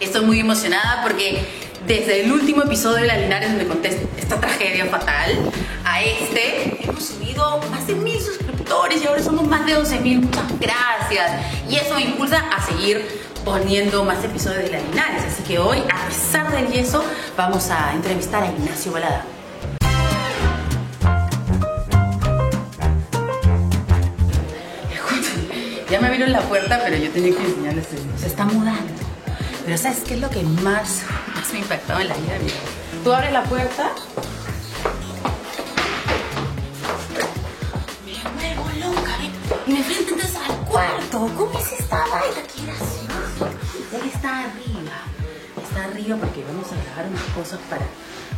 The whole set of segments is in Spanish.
Estoy muy emocionada porque desde el último episodio de La Linares donde conté esta tragedia fatal a este hemos subido más de mil suscriptores y ahora somos más de 11 mil. Muchas gracias. Y eso me impulsa a seguir poniendo más episodios de La Linares. Así que hoy, a pesar del yeso, vamos a entrevistar a Ignacio Balada. Ya me abrieron la puerta, pero yo tenía que enseñarles esto. Se está mudando. Pero ¿sabes qué es lo que más, más me impactó en la vida? Mira, tú abres la puerta. Me vuelvo loca, ven. Y me frente entras al cuarto. ¿Cómo es esta vaina? ¡Qué gracioso! Él está arriba. Está arriba porque vamos a grabar unas cosas para,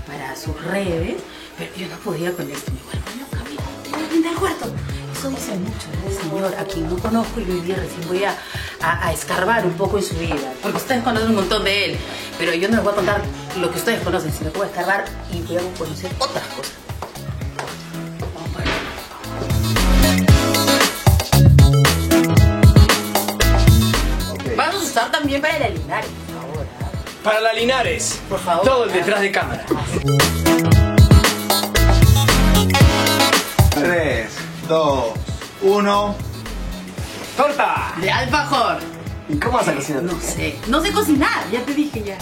para sus redes. Pero yo no podía con esto. Me vuelvo loca, mira. Tengo que ir al cuarto. Eso dice mucho de ese señor a quien no conozco y hoy día recién voy a, a- a escarbar un poco en su vida. Porque ustedes conocen un montón de él, pero yo no les voy a contar lo que ustedes conocen, sino que voy a escarbar y voy a conocer otras cosas. Vamos para allá. Vamos a usar también para el Linares, por favor. ¿ah? Para la Linares, Por favor. todo el detrás de cámara. 3, 2, 1. ¡Torta! De alfajor. ¿Y cómo vas a cocinar? No sé. No sé cocinar, ya te dije ya.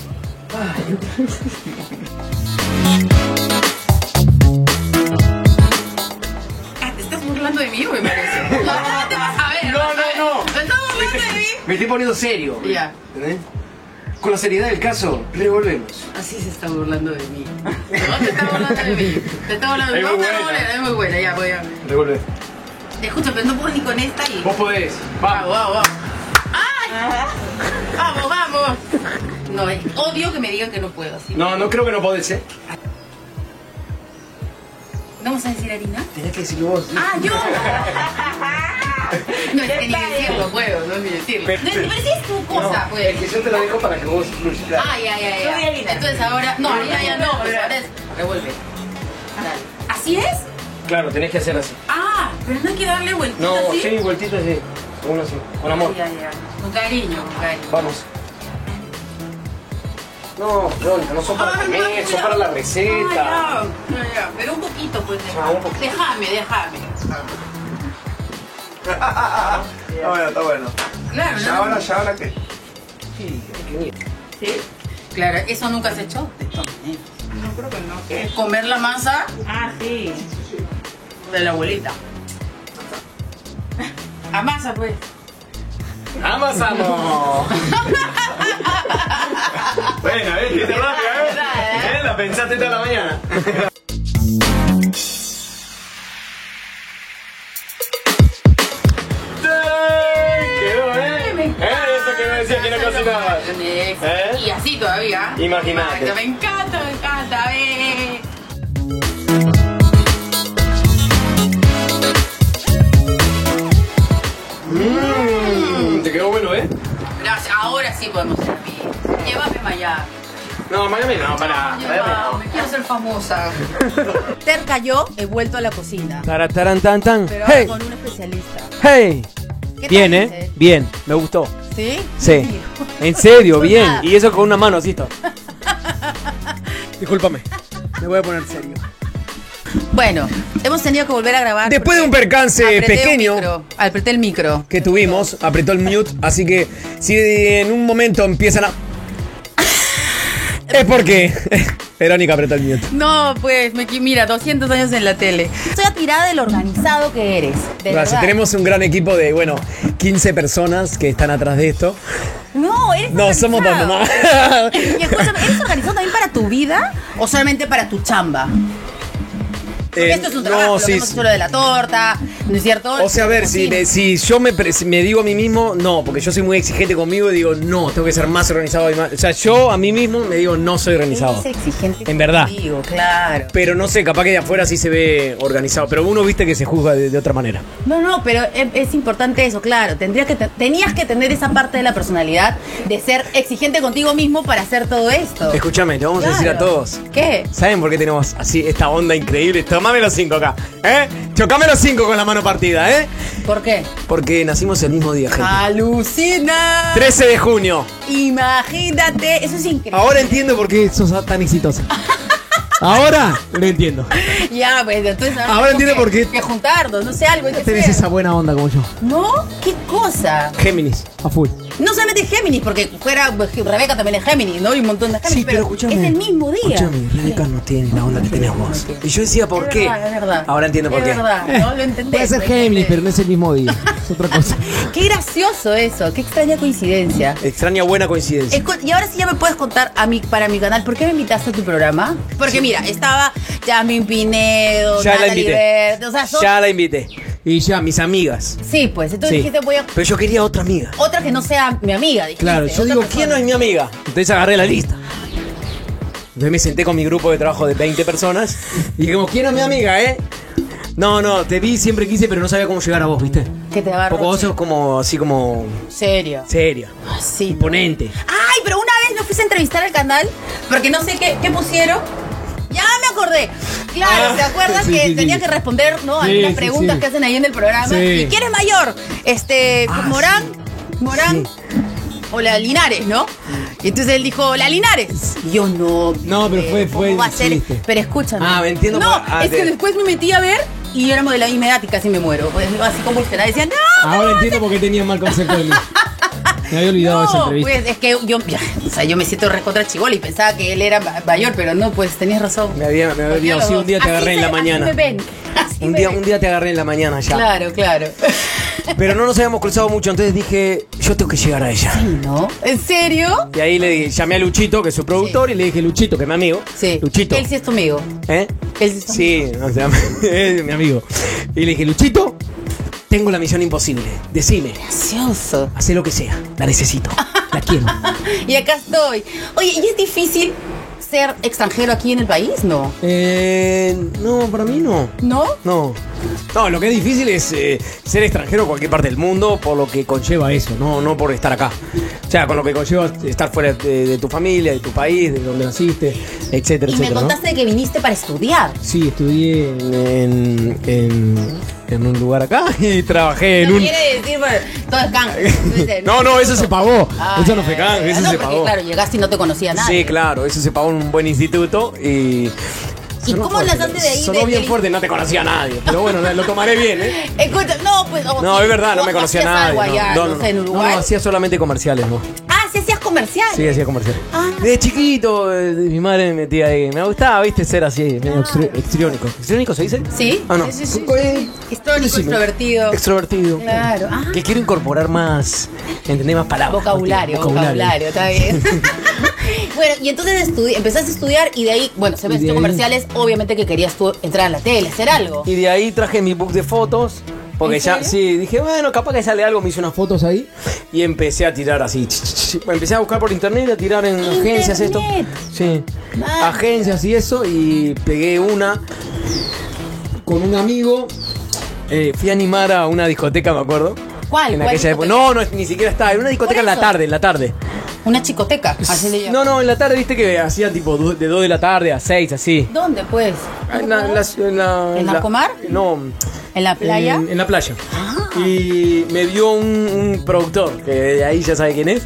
Ah, ¿Te estás burlando de mí o me parece? No, no, te vas a ver. No, vas no, a ver. no. ¿Te estás burlando de mí? Me estoy poniendo serio. Ya. ¿Eh? Con la seriedad del caso, revolvemos. Así se está burlando de mí. No te estás burlando de mí. Te estás burlando de mí. Es No muy te buena. burles, es muy buena, ya voy a. Revolve. Escucha, pero no burles ni con esta y. Vos podés. Vamos, Vamos. vamos, vamos. ¡Ay! Vamos, vamos. No, es- odio que me digan que no puedo, ¿sí? No, no creo que no podés, ¿eh? ¿No ¿Vamos a decir harina? Tenés que decirlo vos. ¿sí? ¡Ah, yo! No, es que ni decirlo puedo, no es ni decirlo. Pero- No, pero sí es tu cosa, No, pues. Ah, es que yo te lo dejo para que vos fluyas. Ay, ay, ay. ay. Entonces ahora. No, harina ya no, pues ahora es. Revuelve. Dale. ¿Así es? Claro, tenés que hacer así. Ah, pero no hay que darle vueltita No, así. sí, vueltito así. Uno así. Con amor. Ay, ay, ay. Con cariño, con cariño. Vamos. No, Verónica, no son para Ay, no, comer, son cuidado. para la No, receta. ya, no, ya. Pero un poquito, pues. Ah, un poquito. Déjame, déjame. Ah, Está bueno, está bueno. Claro, ¿Ya ahora, ya ahora qué? Sí, qué mierda. Sí. Claro, eso nunca has hecho. De todas maneras. No creo que no. Comer la masa Ah, sí. de la abuelita. A masa, pues. ¡Amasamos! Bueno, eh, viste rápida, ¿eh? La pensaste toda la mañana. Quedó, ¿eh? ¿Eh? Eso que me decía que no cocinabas. ¿Eh? Y así todavía. Imagínate. Exacto, Me encanta, me encanta. eh. ve. Mmm, te quedó bueno, ¿eh? Gracias. Ahora sí podemos ser amigos. Llévame a Miami. No, Miami no, para. Llévame. Quiero ser famosa. Cerca yo he vuelto a la cocina. Tarataran, tan, tan. Pero ahora Hey, con un especialista. hey. ¿Qué tal, Bien, eh. José? Bien, me gustó. ¿Sí? Sí. En serio, Pues bien. nada. Y eso con una mano, así está. Discúlpame. Me voy a poner serio. Bueno, hemos tenido que volver a grabar. Después de un percance Apreté un pequeño micro. Apreté el micro. que tuvimos, apretó el mute, así que si en un momento empiezan a. Es porque Verónica apretó el mute. No, pues, me, qui- mira, 200 años en la tele. Estoy atirada del organizado que eres. De Gracias. verdad. Tenemos un gran equipo de, bueno, 15 personas que están atrás de esto. No, eres No, somos tantos, organizado. no. Y escúchame, ¿eres organizado también para tu vida o solamente para tu chamba? Porque Eh, esto es un trabajo, lo que sí, hemos hecho lo de la torta, ¿no es cierto? O sea, a ver, si, Sí. me- si yo me, pre- si me digo a mí mismo, no, porque yo soy muy exigente conmigo y digo, no, tengo que ser más organizado. y más- O sea, yo a mí mismo me digo, no soy organizado. Eres exigente En verdad. contigo, claro. Pero no sé, capaz que de afuera sí se ve organizado. Pero uno viste que se juzga de, de otra manera. No, no, pero es, es importante eso, claro. Tendrías que te- tenías que tener esa parte de la personalidad de ser exigente contigo mismo para hacer todo esto. Escúchame, te vamos a decir a Claro. todos. ¿Qué? ¿Saben por qué tenemos así esta onda increíble? Esta mamame los cinco acá. ¿Eh? Chocame los cinco con la mano partida, ¿eh? ¿Por qué? Porque nacimos el mismo día, Ah. gente. ¡Alucina! 13 de junio. Imagínate, eso es increíble. Ahora entiendo por qué sos tan exitosa. Ahora lo entiendo. Ya, pues, entonces tenemos Ahora entiendo que- por qué- Que juntarnos, no sé, algo hay que Tenés hacer. esa buena onda como yo. ¿No? ¿Qué cosa? Géminis, a full. No solamente es Géminis, porque fuera pues, Rebeca también es Géminis, ¿no? Y un montón de Géminis, es el mismo día. Escúchame, Rebeca no tiene la onda que tenés vos. Y yo decía, ¿por Es qué? verdad, es verdad. Ahora entiendo por Es qué. Eh, verdad, no lo entendés. Puede ser lo Géminis, entendés. pero no es el mismo día. Es otra cosa. Qué gracioso eso, qué extraña coincidencia. Extraña buena coincidencia. Escu- Y ahora sí ya me puedes contar a mi, para mi canal, ¿por qué me invitaste a tu programa? Porque mira, estaba Jasmine Pinedo, Ya la Natalie invité. Verde, o sea, son- Ya la invité. Y ya, mis amigas. Sí, pues, entonces Sí. dijiste voy a... Pero yo quería otra amiga. Otra que no sea mi amiga, dijiste. Claro, yo otra digo, persona. ¿quién no es mi amiga? Entonces agarré la lista. Entonces me senté con mi grupo de trabajo de 20 personas y dijimos, ¿quién no es mi amiga, eh? No, no, te vi, siempre quise, pero no sabía cómo llegar a vos, ¿viste? Que te Porque agarro. vos sos como, así como, Serio. seria, Sí. imponente. Ay, pero una vez nos fuiste a entrevistar al canal porque no sé qué, qué pusieron. Ya me acordé. Claro, ¿te acuerdas Ah, sí, que sí, sí. tenía que responder, ¿no? Sí, Algunas sí, preguntas sí. que hacen ahí en el programa. Sí. ¿Y quién es mayor? Este, Ah, Morán, Morán o la Linares, ¿no? Y entonces él dijo, la Linares. Y yo no. No, pero eh, fue- fue ¿cómo va a el ser? chiste. Pero escúchame. Ah, me entiendo No, por- ah, es que te- después me metí a ver y éramos de la misma edad y casi me muero. Pues, Así como usted decía, no, Ahora entiendo por qué tenía mal concepto de mí. Me había olvidado esa no, entrevista. pues es que yo, o sea, yo me siento recontra chivola y pensaba que él era ma- mayor, pero no, pues tenías razón. Me había, me había olvidado, sí, un día te Así agarré en se- la mañana. Así me ven. Así Un me día, ven. un día te agarré en la mañana ya. Claro, claro. Pero no nos habíamos cruzado mucho, entonces dije, yo tengo que llegar a ella. ¿No? ¿En serio? Y ahí le dije- llamé a Luchito, que es su productor, y le dije, Luchito, que es mi amigo. Sí. Luchito. Él sí es tu amigo. ¿Eh? Él sí es tu Sí, o sea, es mi amigo. Y le dije, Luchito, tengo la misión imposible. Decime, Gracioso. haz lo que sea. La necesito. La quiero. Y acá estoy. Oye, ¿y es difícil ser extranjero aquí en el país? No. Eh, no, para mí no. ¿No? No. No, lo que es difícil es eh, ser extranjero en cualquier parte del mundo por lo que conlleva eso, no, no por estar acá. O sea, con lo que conlleva estar fuera de, de tu familia, de tu país, de donde naciste, etcétera, Y me etcétera. ¿no? contaste que viniste para estudiar. Sí, estudié en, en- en- en un lugar acá y trabajé en no un... quiere decir, bueno, todo es canje. Tú dices, No, no, eso se pagó. Ah, Eso no fue canje, eso no, se porque, pagó. Claro, llegaste y no te conocía nadie. Sí, claro, eso se pagó en un buen instituto y... ¿Y Sonó cómo fuerte, lanzaste de ahí, Sonó de- bien del- fuerte, no te conocía a nadie. Pero bueno, lo tomaré bien, ¿eh? Escucha, no, pues. o- No, es verdad, no o me conocía hacías nadie. algo allá, no, no, no, no. sé, en No, Uruguay. no, hacía solamente comerciales, ¿no? Ah, sí hacías comercial. Sí, hacía comerciales. Ah. Desde chiquito, eh, mi madre me metía ahí. Me gustaba, viste, ser así, medio extri- extriónico. ¿Extriónico se dice? Ah. Sí. Ah, no. Sí, sí, sí, Co- sí, eh, sí. Histrónico, decime. extrovertido. Extrovertido. Claro. Ah. Que quiero incorporar más, entender más palabras. Vocabulario, Martín, vocabulario, está bien. bueno, y entonces estudi- empezaste a estudiar y de ahí, bueno, se me de ahí- comerciales, obviamente que querías tú entrar a la tele, hacer algo. Y de ahí traje mi book de fotos. Porque ¿En ya, serio? sí, dije, bueno, capaz que sale algo, me hice unas fotos ahí y empecé a tirar así. ch, ch, ch. Empecé a buscar por internet, a tirar en agencias esto. Internet. Sí. Vaya. Agencias y eso, y pegué una con un amigo. Eh, fui a animar a una discoteca, me acuerdo. ¿Cuál? En ¿Cuál aquella época. discoteca? No, no, ni siquiera estaba. Era una discoteca en la eso. tarde, en la tarde. Una chicoteca, así le llaman. No, no, en la tarde, viste que hacía tipo du- de 2 de la tarde a 6, así. ¿Dónde, pues? En la, en la- en la- ¿En la- Narcomar? No. ¿En la playa? Ah. En, en la playa. Y me vio un, un productor, que de ahí ya sabe quién es.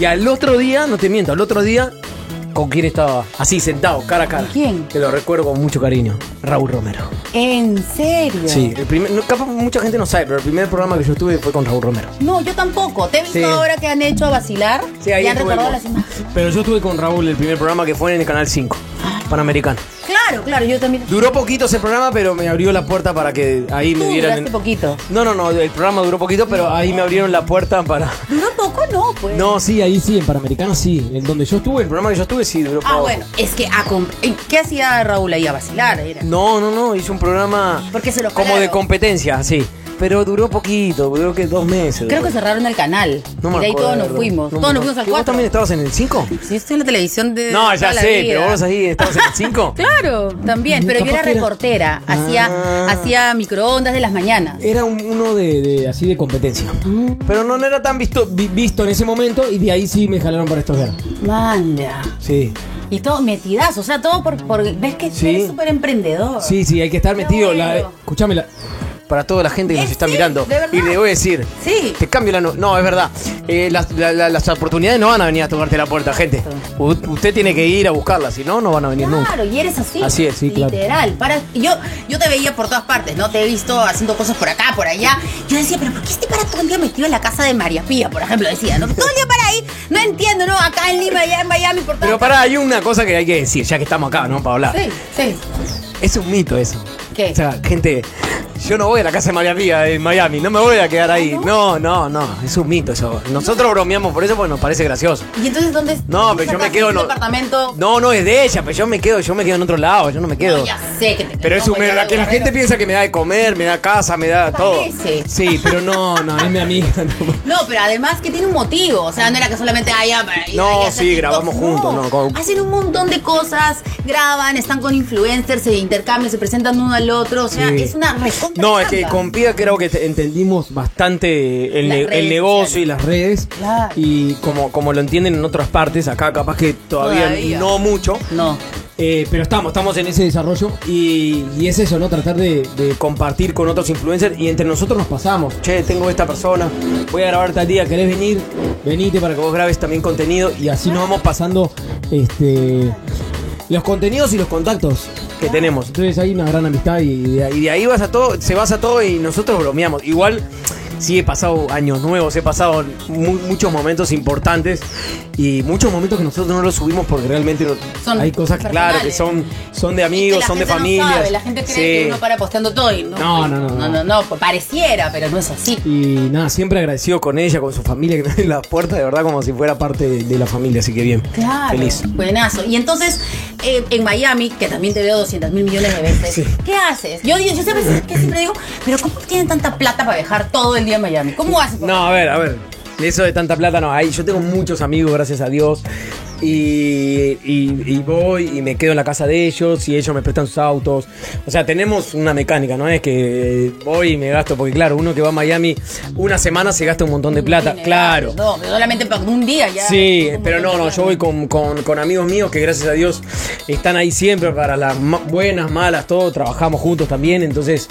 Y al otro día, no te miento, al otro día, ¿con quién estaba? Así, sentado, cara a cara. ¿Con quién? Te lo recuerdo con mucho cariño. Raúl Romero. ¿En serio? Sí, el primer, no, capaz mucha gente no sabe, pero el primer programa que yo tuve fue con Raúl Romero. No, yo tampoco. Te he visto Sí. ahora que han hecho a vacilar. Sí, ahí y han estuve recordado con- las imágenes. Pero yo estuve con Raúl el primer programa que fue en el Canal 5, Panamericano. Claro, claro, yo también. Duró poquito ese programa, pero me abrió la puerta para que ahí Tú me dieran... duraste poquito. No, no, no, el programa duró poquito, pero ahí me abrieron la puerta para... ¿Duró poco? No, pues. No, No, sí, ahí sí, en Panamericano sí. En donde yo estuve, El programa que yo estuve sí duró Ah, poco. bueno, es que a comp- ¿Y ¿qué hacía Raúl ahí a vacilar? Era. No, no, no, hizo un programa ¿Por qué se lo como jalaron? de competencia, sí. Pero duró poquito, duró que dos meses. Creo que cerraron el canal. No me y de ahí acuerdo, todos la nos verdad. fuimos. No me todos nos acuerdo. fuimos al ¿Y ¿Vos cuarto. también estabas en el 5? Sí, estoy en la televisión de. No, ya toda la sé, vida. pero vos ahí estabas en el 5. Claro, también. Pero yo Capaz era que era- reportera. Hacía, Ah. hacía microondas de las mañanas. era un- uno de, de- así de competencia. Pero no era tan visto, vi- visto en ese momento y de ahí sí me jalaron para estos días. Manda. Sí. Y todo metidas, o sea, todo por. por ¿Ves que Sí. eres súper emprendedor? Sí, sí, hay que estar Qué metido. La, bueno. Escuchame, la- para toda la gente que Eh, nos está sí, mirando. de verdad. y le voy a decir, Sí. te cambio la... No, no, es verdad. Eh, las, la- la- las oportunidades no van a venir a tocarte la puerta, gente. U- usted tiene que ir a buscarlas, si no, no van a venir nunca. Claro, y eres así. Así es, sí, claro. Literal. Para, yo, yo te veía por todas partes, ¿no? Te he visto haciendo cosas por acá, por allá. Yo decía, ¿pero por qué este para todo el día metido en la casa de María Pía, por ejemplo? Decía, ¿no? Todo el día para ahí. No entiendo, ¿no? Acá en Lima, allá en Miami, por todas Pero pará, hay una cosa que hay que decir, ya que estamos acá, ¿no? Para hablar. partes. Sí, sí. Es un mito eso. ¿Qué? O sea, gente, yo no voy a la casa de María Pía en Miami, no me voy a quedar ahí. Ah, No, no, no, es un mito eso. Nosotros bromeamos por eso porque nos parece gracioso. ¿Y entonces dónde No, dónde pero yo sacas me quedo un no. departamento? No, no es de ella, pero yo me quedo, yo me quedo en otro lado, yo no me quedo. No, ya sé que te Pero es un me me- la que la gente piensa que me da de comer, me da casa, me da todo. Parece. Sí, pero no, no, es mi amiga. no. No, pero además que tiene un motivo. O sea, no era que solamente haya. No, sí, grabamos juntos, no, con- Hacen un montón de cosas, graban, están con influencers, se intercambian, se presentan uno al otro. O sea, Sí. es una recontra No, es que chamba. con Pía creo que te- entendimos bastante el, Las ne- el redes negocio sociales. y las redes. Claro. Y como, como lo entienden en otras partes, acá capaz que todavía, Todavía. no mucho. No. eh, pero estamos, estamos en ese ese desarrollo. y, y es eso, ¿no? Tratar de, de compartir con otros influencers y entre nosotros nos pasamos. Che, tengo esta persona, voy a grabar tal día, ¿querés venir? Venite para que vos grabes también contenido y así nos vamos pasando este, los contenidos y los contactos que tenemos. Entonces hay una gran amistad y de ahí. Y de ahí vas a todo, se basa todo y nosotros bromeamos. Igual sí he pasado años nuevos, he pasado mu- muchos momentos importantes y muchos momentos que nosotros no los subimos porque realmente no- Son hay cosas que, claro que personales. son son Y de que amigos, la son de gente no familia. sabe, La gente cree que uno para posteando todo y no. No, no, no, no. No, no, pues pareciera, pero no es así. Y nada, siempre agradecido con ella, con su familia, que en la puerta, de verdad, como si fuera parte de, de la familia, así que bien. Claro. Feliz. Buenazo. Y entonces, eh, en Miami, que también te veo 200 mil millones de veces, Sí. ¿qué haces? Yo, digo- yo siempre, que siempre digo, pero ¿cómo tienen tanta plata para viajar todo el día en Miami? ¿Cómo haces? No, a ver, a ver. Eso de tanta plata no hay. Yo tengo muchos amigos, gracias a Dios. Y, y- y voy y me quedo en la casa de ellos y ellos me prestan sus autos. O sea, tenemos una mecánica, ¿no? Es que eh, voy y me gasto, porque claro, uno que va a Miami una semana se gasta un montón de plata. Tiene, Claro. No, pero solamente para un día ya. Sí, Es un pero no, montón no, de yo voy con, con- con amigos míos que gracias a Dios están ahí siempre para las ma- buenas, malas, todo, trabajamos juntos también, entonces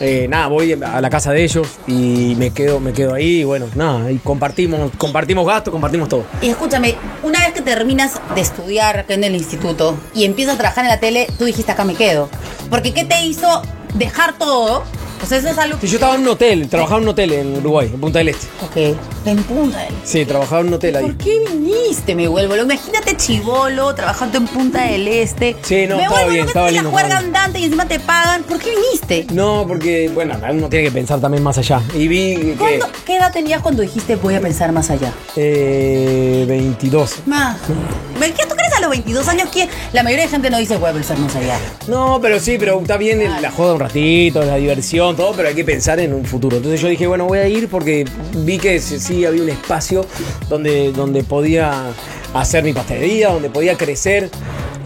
eh, nada, voy a la casa de ellos y me quedo, me quedo ahí, y bueno, nada, y compartimos, compartimos gastos, compartimos todo. Y escúchame, una vez que terminas de estudiar acá en el instituto y empiezas a trabajar en la tele, tú dijiste acá me quedo. Porque ¿qué te hizo dejar todo? O sea, eso es algo Sí, yo estaba en un hotel, trabajaba en un hotel en Uruguay, en Punta del Este. Ok, en punta del Sí, trabajaba en un hotel ahí. ¿Por qué viniste? Me vuelvo loco. Imagínate chivolo trabajando en Punta del Este. Sí, no, me estaba vuelvo bien, loco, esta estaba es lindo, la juerga estaba bien. andante y encima te pagan. ¿Por qué viniste? No, porque, bueno, uno tiene que pensar también más allá. Y vi que... ¿Cuándo- ¿Qué edad tenías cuando dijiste voy a pensar más allá? eh, 22. Más. ¿Qué tú crees a los 22 años que la mayoría de gente no dice voy a pensar más allá? No, pero sí, pero está bien el- la joda un ratito, la diversión, todo, pero hay que pensar en un futuro. Entonces yo dije, bueno, voy a ir porque vi que sí- sí había un espacio donde, donde podía hacer mi pastelería, donde podía crecer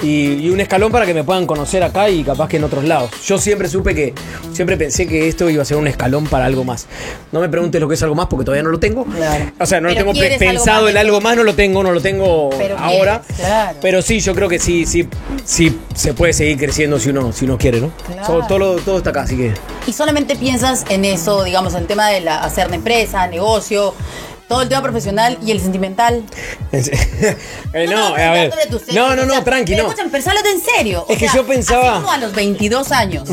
y, y un escalón para que me puedan conocer acá y capaz que en otros lados. Yo siempre supe que, siempre pensé que esto iba a ser un escalón para algo más. No me preguntes lo que es algo más porque todavía no lo tengo. Claro. O sea, no Pero lo tengo pre- quieres algo pensado más. el algo más, no lo tengo, no lo tengo Pero ahora. quieres, claro. Pero sí, yo creo que sí, sí, sí se puede seguir creciendo si uno, si uno quiere, ¿no? Claro. So- todo, lo- todo está acá, así que. Y solamente piensas en eso, digamos, en el tema de la, hacer de empresa, negocio, todo el tema profesional y el sentimental. Eh, no, te a ver. hablo de tus hechos, No, no, o sea, no, tranqui, pero no. Escúchame, pero sálate en serio. o Es que sea, yo pensaba- Mm. así como a los 22 años,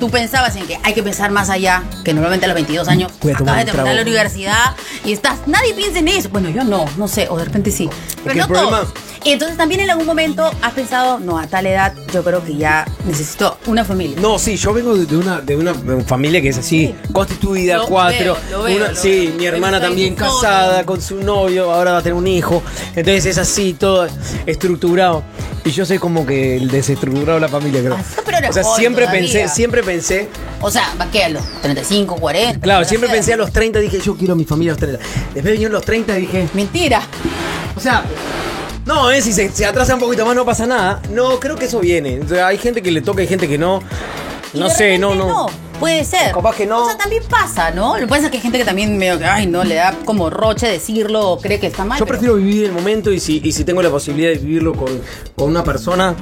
tú pensabas en que hay que pensar más allá, que normalmente a los 22 años Voy a tomar acabas de un trago. terminar la universidad y estás. Nadie piensa en eso. Bueno, yo no, no sé, o de repente sí. Pero que no el problema- todos. Y entonces también en algún momento has pensado, no, a tal edad yo creo que ya necesito una familia. No, sí, yo vengo de, de una, de una familia que es así, constituida, Lo cuatro. veo, lo veo, una- lo sí, veo. mi Lo hermana veo también en fotos. casada con su novio, ahora va a tener un hijo. Entonces es así, todo estructurado. Y yo soy como que el desestructurado de la familia, creo. Ah, pero eres o sea, joven siempre todavía. pensé, siempre pensé O sea, va que a los 35, 40. Claro, puede siempre ser. pensé a los 30, dije, yo quiero a mi familia a los 30. Después vinieron los 30 y dije, Mentira. o sea, no, eh, si se, se atrasa un poquito más no pasa nada. No, creo que eso viene. O sea, hay gente que le toca, hay gente que no. Y No de sé, no, repente no. no. Puede ser. Capaz que no. O sea, también pasa, ¿no? Lo que pasa es que hay gente que también medio que, ay, no, le da como roche decirlo o cree que está mal. Yo pero- prefiero vivir el momento y si, y si tengo la posibilidad de vivirlo con, con una persona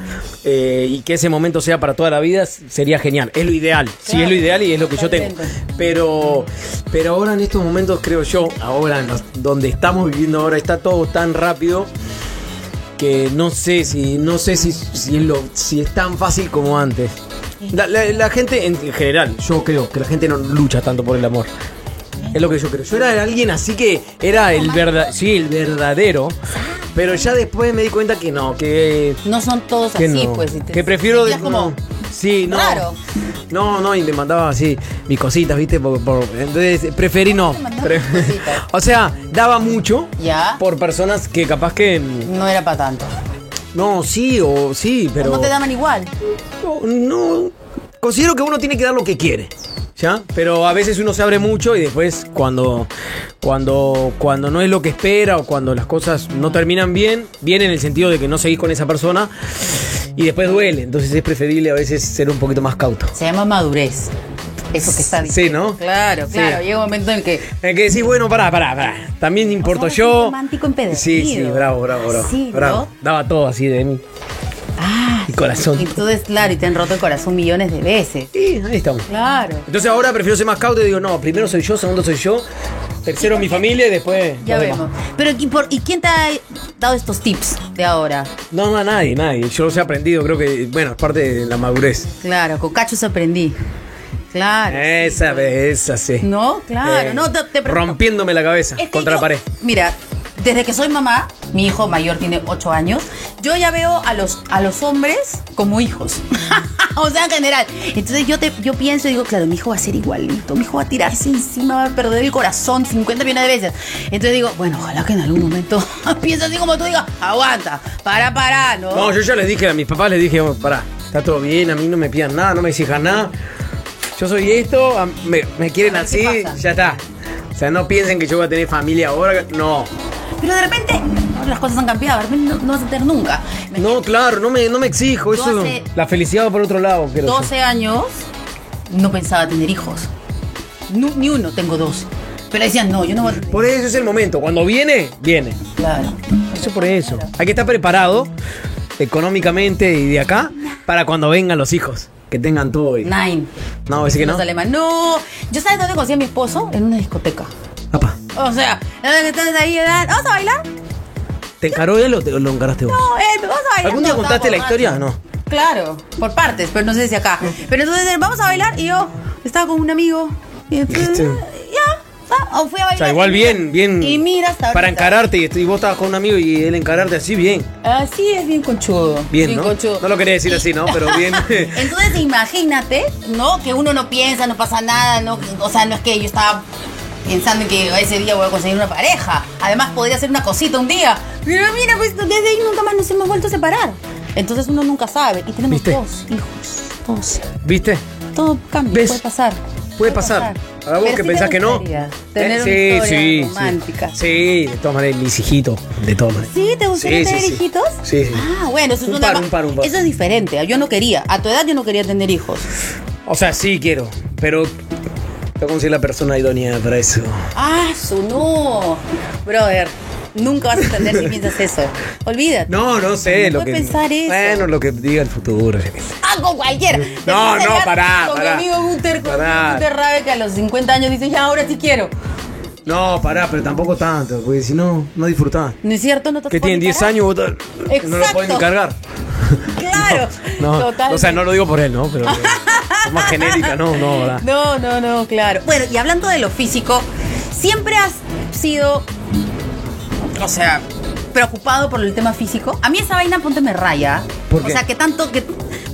eh, y que ese momento sea para toda la vida, s- sería genial. Es lo ideal. Sí, es lo ideal y es lo que yo tengo. totalmente. Pero, pero ahora en estos momentos, creo yo, ahora en los- donde estamos viviendo ahora, está todo tan rápido que no sé si no sé si, si, es, lo- si es tan fácil como antes. La, la- la gente en general, yo creo que la gente no lucha tanto por el amor. Es lo que yo creo. Yo era alguien así que era el verdad, sí, el verdadero, pero ya después me di cuenta que no, que No son todos que así, no, pues. y te- que prefiero sentías como, no. sí, no. raro. No, no, y me mandaba así mis cositas, ¿viste? Por- por- entonces preferí no. te mandaba Pre- tus cositas? o sea, daba mucho Ya. por personas que capaz que mm, No era para tanto. no, sí o sí, pero No te daban igual. no, no. Considero que uno tiene que dar lo que quiere. ¿Ya? Pero a veces uno se abre mucho y después cuando, cuando, cuando no es lo que espera o cuando las cosas no terminan bien, viene en el sentido de que no seguís con esa persona y después duele. Entonces es preferible a veces ser un poquito más cauto. Se llama madurez. Eso que está Sí, diciendo. ¿no? Claro, Sí. claro. Llega un momento en el que. En Eh, que decís, bueno, pará, pará, pará. También importo eres un yo. romántico empedernido. Sí, sí, bravo, bravo, bravo. Sí, ¿no? bravo. Daba todo así de mí. Ah. Y corazón. Entonces, claro, y te han roto el corazón millones de veces. Y ahí estamos. Claro. Entonces ahora prefiero ser más cauto y digo, no, primero soy yo, segundo soy yo, tercero mi familia y después. Ya los demás. vemos. Pero, ¿y, por- ¿y quién te ha dado estos tips de ahora? No, no, nadie, nadie. Yo los he aprendido, creo que, bueno, es parte de la madurez. Claro, con cachos aprendí. Claro. Esa, esa sí. Eh, No, claro, no, te- te pregunto. Rompiéndome la cabeza Es que contra yo- la pared. Mira, desde que soy mamá, mi hijo mayor tiene 8 años, yo ya veo a los, a los hombres como hijos. o sea, en general. Entonces yo, te, yo pienso y digo, claro, mi hijo va a ser igualito, mi hijo va a tirarse encima, va a perder el corazón 50 millones de veces. Entonces digo, bueno, ojalá que en algún momento piensa así como tú digas, aguanta, para, para, ¿no? No, yo ya les dije a mis papás, les dije, oh, pará, está todo bien, a mí no me pidan nada, no me exijan nada. Yo soy esto, a- me, me quieren A ver qué así, pasa. ya está. O sea, no piensen que yo voy a tener familia ahora. No, Pero de repente ahora las cosas han cambiado, de repente no, no vas a tener nunca. Me- no, claro, no me, no me exijo. Eso, Yo hace- la felicidad va por otro lado, creo. yo. 12 años no pensaba tener hijos. Nu- ni uno, tengo dos. Pero decían, no, yo no voy a tener. Por eso es el momento. Cuando viene, viene. Claro. Eso por eso. Hay que estar preparado económicamente y de acá para cuando vengan los hijos. Que tengan todo. y- Nine. No, así que no. Los alemanes. No. Yo sabes dónde conocí a mi esposo? En una discoteca. Papá, O sea, estás ahí, ¿verdad? ¿vamos a bailar? ¿te encaró él o te- lo encaraste vos? No, eh, vamos a bailar. ¿Algún día No, contaste la estaba borracho. historia? No. Ah. Claro, por partes, pero no sé si acá. Pero entonces eh, vamos a bailar y yo estaba con un amigo. Y entonces, Este. ya. ah, O fui a bailar. O sea, igual y mira- bien, bien. Y mira hasta Para ahorita. encararte y, y vos estabas con un amigo y él encararte así, bien. Así es bien conchudo. Bien, ¿no? conchudo. No lo quería decir así, ¿no? Pero bien. Entonces imagínate, ¿no? Que uno no piensa, no pasa nada, ¿no? O sea, no es que yo estaba pensando en que ese día voy a conseguir una pareja. Además podría ser una cosita un día. Pero mira, pues desde ahí nunca más nos hemos vuelto a separar. Entonces uno nunca sabe. Y tenemos ¿Viste? dos hijos. Dos. ¿Viste? Todo cambia, ¿Ves? puede pasar. Puede pasar. A vos Pero que sí me pensás que no. gustaría Tener una Eh, historia sí, romántica. Sí, sí, de todas maneras, mis hijitos. De todas maneras. ¿Sí? ¿Te gustaría Sí, sí, tener sí. hijitos? Sí, sí. Ah, bueno, eso es Un una par, ma- un par, un par. Eso es diferente. Yo no quería. A tu edad yo no quería tener hijos. O sea, sí quiero, pero tengo que ser la persona idónea para eso. Ah, su no. Brother, nunca vas a entender si piensas eso. Olvídate. No, no sé. No lo que, puede pensar eso. Bueno, lo que diga el futuro. yo qué sé. Ah, con cualquiera. Te No, vas a no, llegar pará, Con pará. mi amigo Guter, con Pará. Guter Rabe, que a los 50 años dice, ya, ahora sí quiero. No, pará, pero tampoco tanto, porque si no, no disfrutás. ¿No es cierto? ¿No te Que puedo tienen 10 parar? años, vos tal- no lo Exacto. pueden ni cargar. Claro. No, Totalmente. o sea, no lo digo por él, ¿no? Pero es más genérica, no, no, verdad. No, no, no, claro. Bueno, y hablando de lo físico, ¿siempre has sido, o sea, preocupado por el tema físico? A mí esa vaina ponte me raya. ¿Por qué? O sea, que tanto, que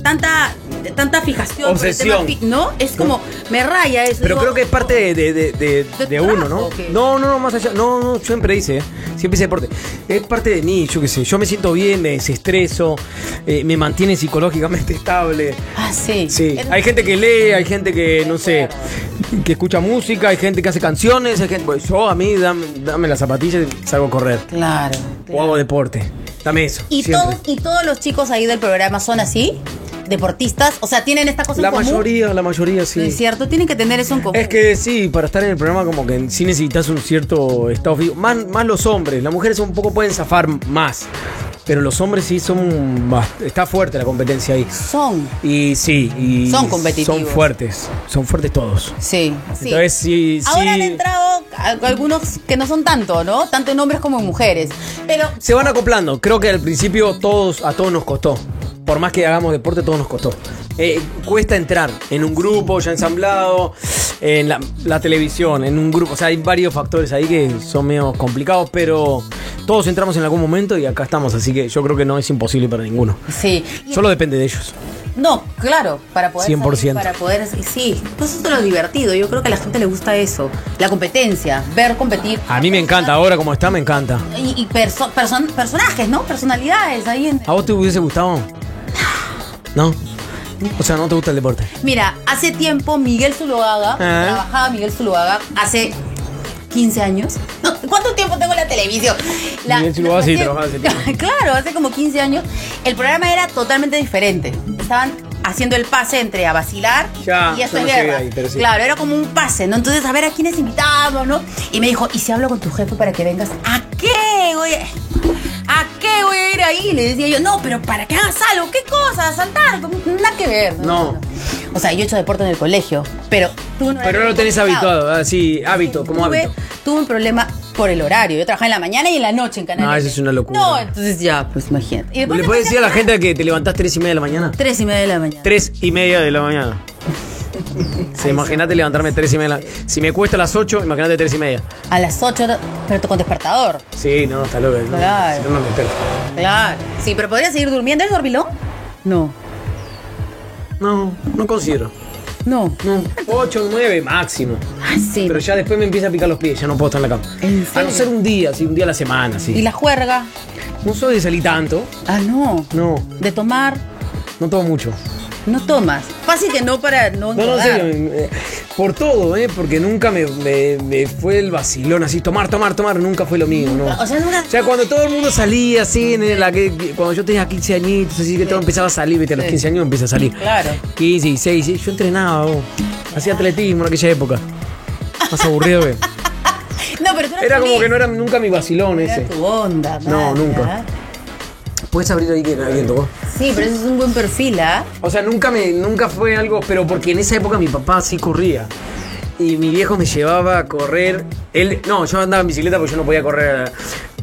tanta, tanta fijación Obsesión. por el tema fí- ¿No? Es como, me raya eso. Pero Digo, creo que es parte de, de- de- de- ¿De de tu uno, trabajo ¿no? o qué? No, no, no, más allá. No, no, siempre hice, ¿eh? siempre hice deporte. Es parte de mí, yo qué sé. Yo me siento bien, me desestreso, eh, me mantiene psicológicamente estable. Ah, sí. Sí, Es- hay gente que lee, hay gente que, no sé, que escucha música, hay gente que hace canciones, hay gente... Pues yo, a mí, dame, dame las zapatillas y salgo a correr. Claro. O hago deporte. Dame eso. ¿Y siempre. todos, ¿Y todos los chicos ahí del programa son así? deportistas, o sea, tienen esta cosa La en común. mayoría, la mayoría ¿No es sí. cierto? Tienen que tener eso en común. Es que sí, para estar en el programa como que sí necesitas un cierto estado físico. Más, más los hombres, las mujeres un poco pueden zafar más. Pero los hombres sí son... bast- Está fuerte la competencia ahí. son. Y sí, y Son competitivos. Son fuertes, son fuertes todos. Sí, sí. Entonces, sí, Ahora han sí. entrado a- algunos que no son tanto, ¿no? Tanto en hombres como en mujeres. Pero Se van acoplando. Creo que al principio todos, a todos nos costó. Por más que hagamos deporte, todos nos costó. Eh, cuesta entrar en un grupo ya ensamblado, en la, la televisión, en un grupo. O sea, hay varios factores ahí que son medio complicados, pero todos entramos en algún momento y acá estamos. Así que yo creo que no es imposible para ninguno. sí. Y- Solo depende de ellos. No, claro, para poder. 100%. salir, para poder. y Sí, pues eso es lo divertido. Yo creo que a la gente le gusta eso. La competencia, ver competir. A mí me encanta, ahora como está, me encanta. Y, y perso- person- personajes, ¿no? Personalidades ahí en. ¿A vos te hubiese gustado? No. O sea, no te gusta el deporte. Mira, hace tiempo Miguel Zuloaga, Ah. trabajaba Miguel Zuloaga hace 15 años. No, ¿Cuánto tiempo tengo en la televisión? La- Miguel Zuloaga sí hace- trabajaba hace tiempo. Claro, hace como 15 años. El programa era totalmente diferente. Estaban haciendo el pase entre a vacilar Ya, y eso yo es no llegué guerra. ahí, pero sí. Claro, era como un pase, ¿no? Entonces, a ver a quiénes invitamos, ¿no? Y me dijo, ¿y si hablo con tu jefe para que vengas? ¿A qué, güey? ¿A qué voy a ir ahí? Le decía yo, no, pero para que hagas algo, ¿qué cosa? ¿Saltar? Nada que ver. No. O sea, yo he hecho deporte en el colegio, pero tú no Pero no lo tenés habituado, así, hábito, como tuve, hábito. tuve un problema por el horario. Yo trabajaba en la mañana y en la noche en Canal. No, N. Ah, eso es una locura. No, entonces ya, pues imagínate. Y después ¿Le te puedes pasas decir a la gente que te levantás tres y media de la mañana? Tres y media de la mañana. Tres y media de la mañana. Sí, imagínate levantarme tres y media. de la- Si me cuesta las ocho, imagínate tres y media. A las ocho, horas- pero con despertador. Sí, no, está loco. no, Claro. si no, no me despierto. Claro. Sí, pero ¿podría seguir durmiendo el dormilón? No. No, no considero. No. No, ocho, nueve máximo. Ah, sí. Pero ya después me empieza a picar los pies, ya no puedo estar en la cama. ¿En A serio? no ser un día, sí, un día a la semana, ¿Y sí. la juerga? No soy de salir tanto. Ah, no. No, De tomar, no tomo mucho. no tomas. Fácil que no para no No, no, en engordar. serio, me- me- por todo, ¿eh? Porque nunca me, me- me fue el vacilón así, tomar, tomar, tomar, nunca fue lo mío, ¿no? O sea, nunca- O sea, cuando todo el mundo salía así, en la que, cuando yo tenía 15 añitos, así que todo empezaba a salir, viste, a los Sí. 15 años empieza a salir. Claro. 15, 16, sí, yo entrenaba, vos. Hacía atletismo en aquella época. Más aburrido, que- No, pero tú eras Era como feliz. que no era nunca mi vacilón ese. Era tu onda, No, Marta. nunca. Puedes abrir ahí que alguien tocó. Sí, pero eso es un buen perfil, ¿ah? O sea, nunca me, nunca fue algo, pero porque en esa época mi papá sí corría. Y mi viejo me llevaba a correr. Él, no, yo andaba en bicicleta porque yo no podía correr eh,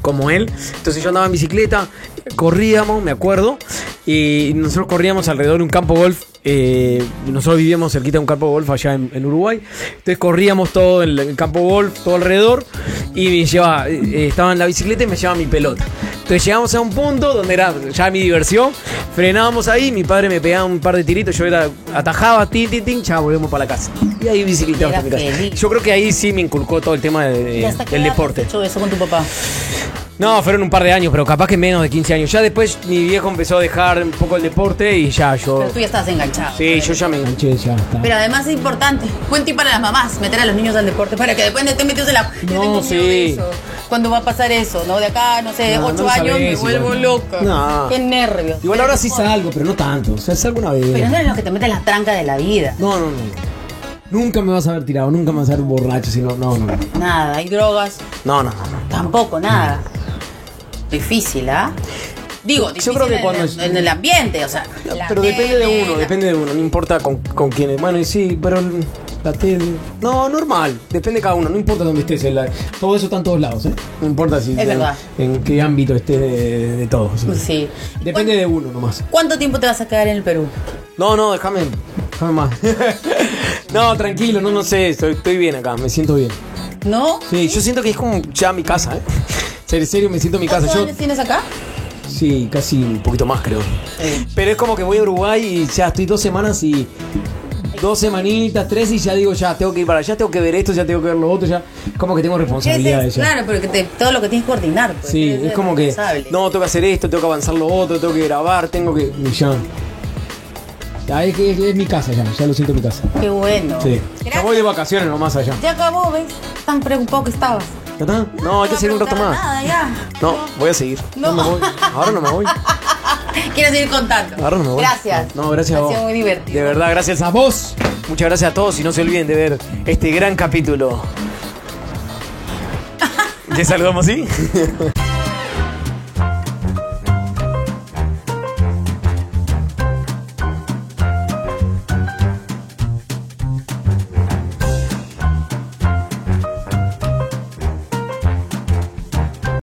como él. Entonces yo andaba en bicicleta, corríamos, me acuerdo. Y nosotros corríamos alrededor de un campo golf. eh, nosotros vivíamos cerquita de un campo golf allá en, en Uruguay. Entonces corríamos todo el, el campo golf, todo alrededor. Y me llevaba, eh, estaba en la bicicleta y me llevaba mi pelota. Entonces llegamos a un punto donde era ya mi diversión. Frenábamos ahí, mi padre me pegaba un par de tiritos, yo era atajaba, tin, tin, tin, ya volvemos para la casa. Y ahí bicicleta Era hasta mi casa. feliz. Yo creo que ahí sí me inculcó todo el tema de- de- ¿Y hasta qué del edad deporte. has hecho eso con tu papá? No, fueron un par de años, pero capaz que menos de 15 años. Ya después mi viejo empezó a dejar un poco el deporte y ya yo. Pero tú ya estás enganchado. Sí, yo ya me enganché. Che, ya está. Pero además es importante, buen tip para las mamás, meter a los niños al deporte para que después no estén metidos en la... Yo No, tengo miedo sí. de eso. ¿Cuándo va a pasar eso? ¿No? De acá, no sé, No, ocho no lo años me sabés, vuelvo igual. loca. No. Qué nervios. Igual ahora sí salgo, pero no tanto. O sea, salgo una Pero vez. no eres los que te meten las trancas de la vida. No, no, no. Nunca me vas a haber tirado, nunca me vas a ver borracho, sino no, no. no. Nada, hay drogas, No, no, no. tampoco, nada. Difícil, ¿ah? Digo, difícil creo que en, cuando el- es- en el ambiente, o sea... la Pero depende de tele, uno, la- depende de uno, no importa con, con quién es. Bueno, y sí, pero el- la tele. No, normal, depende de cada uno, no importa dónde estés. en la- todo eso está en todos lados, ¿eh? No importa si Es verdad. Pues, en qué ámbito estés de, de todo. ¿sí? Sí. Depende de uno nomás. ¿Cuánto tiempo te vas a quedar en el Perú? No, no, déjame, déjame más. no, tranquilo, no, no sé, estoy, estoy bien acá, me siento bien. ¿No? Sí, yo siento que es como ya mi casa, ¿eh? En serio, me siento en mi casa. ¿Cuántos Yo, años tienes acá? sí, casi un poquito más creo. Pero es como que voy a Uruguay y ya estoy dos semanas y. Dos semanitas, tres y ya digo, ya tengo que ir para allá, tengo que ver esto, ya tengo que ver lo otro, ya. Como que tengo responsabilidades ya. Claro, pero que te- todo lo que tienes que coordinar. pues, Sí, eres es como que. responsable. No, tengo que hacer esto, tengo que avanzar lo otro, tengo que grabar, tengo que. Y ya. Ya, es, que es- es mi casa ya, ya lo siento mi casa. Qué bueno. Sí. Ya Gracias. voy de vacaciones nomás allá. Ya acabó, ¿ves? Tan preocupado que estabas. ¿Ya está? No, hay que te seguir un rato preguntaba Nada, más. ya. No, voy a seguir. No. me voy. Ahora no me voy. Quiero seguir contando. Ahora me voy. Gracias. No, gracias a Ha vos. sido muy divertido. De verdad, gracias a vos. Muchas gracias a todos y no se olviden de ver este gran capítulo. ¿Ya saludamos así?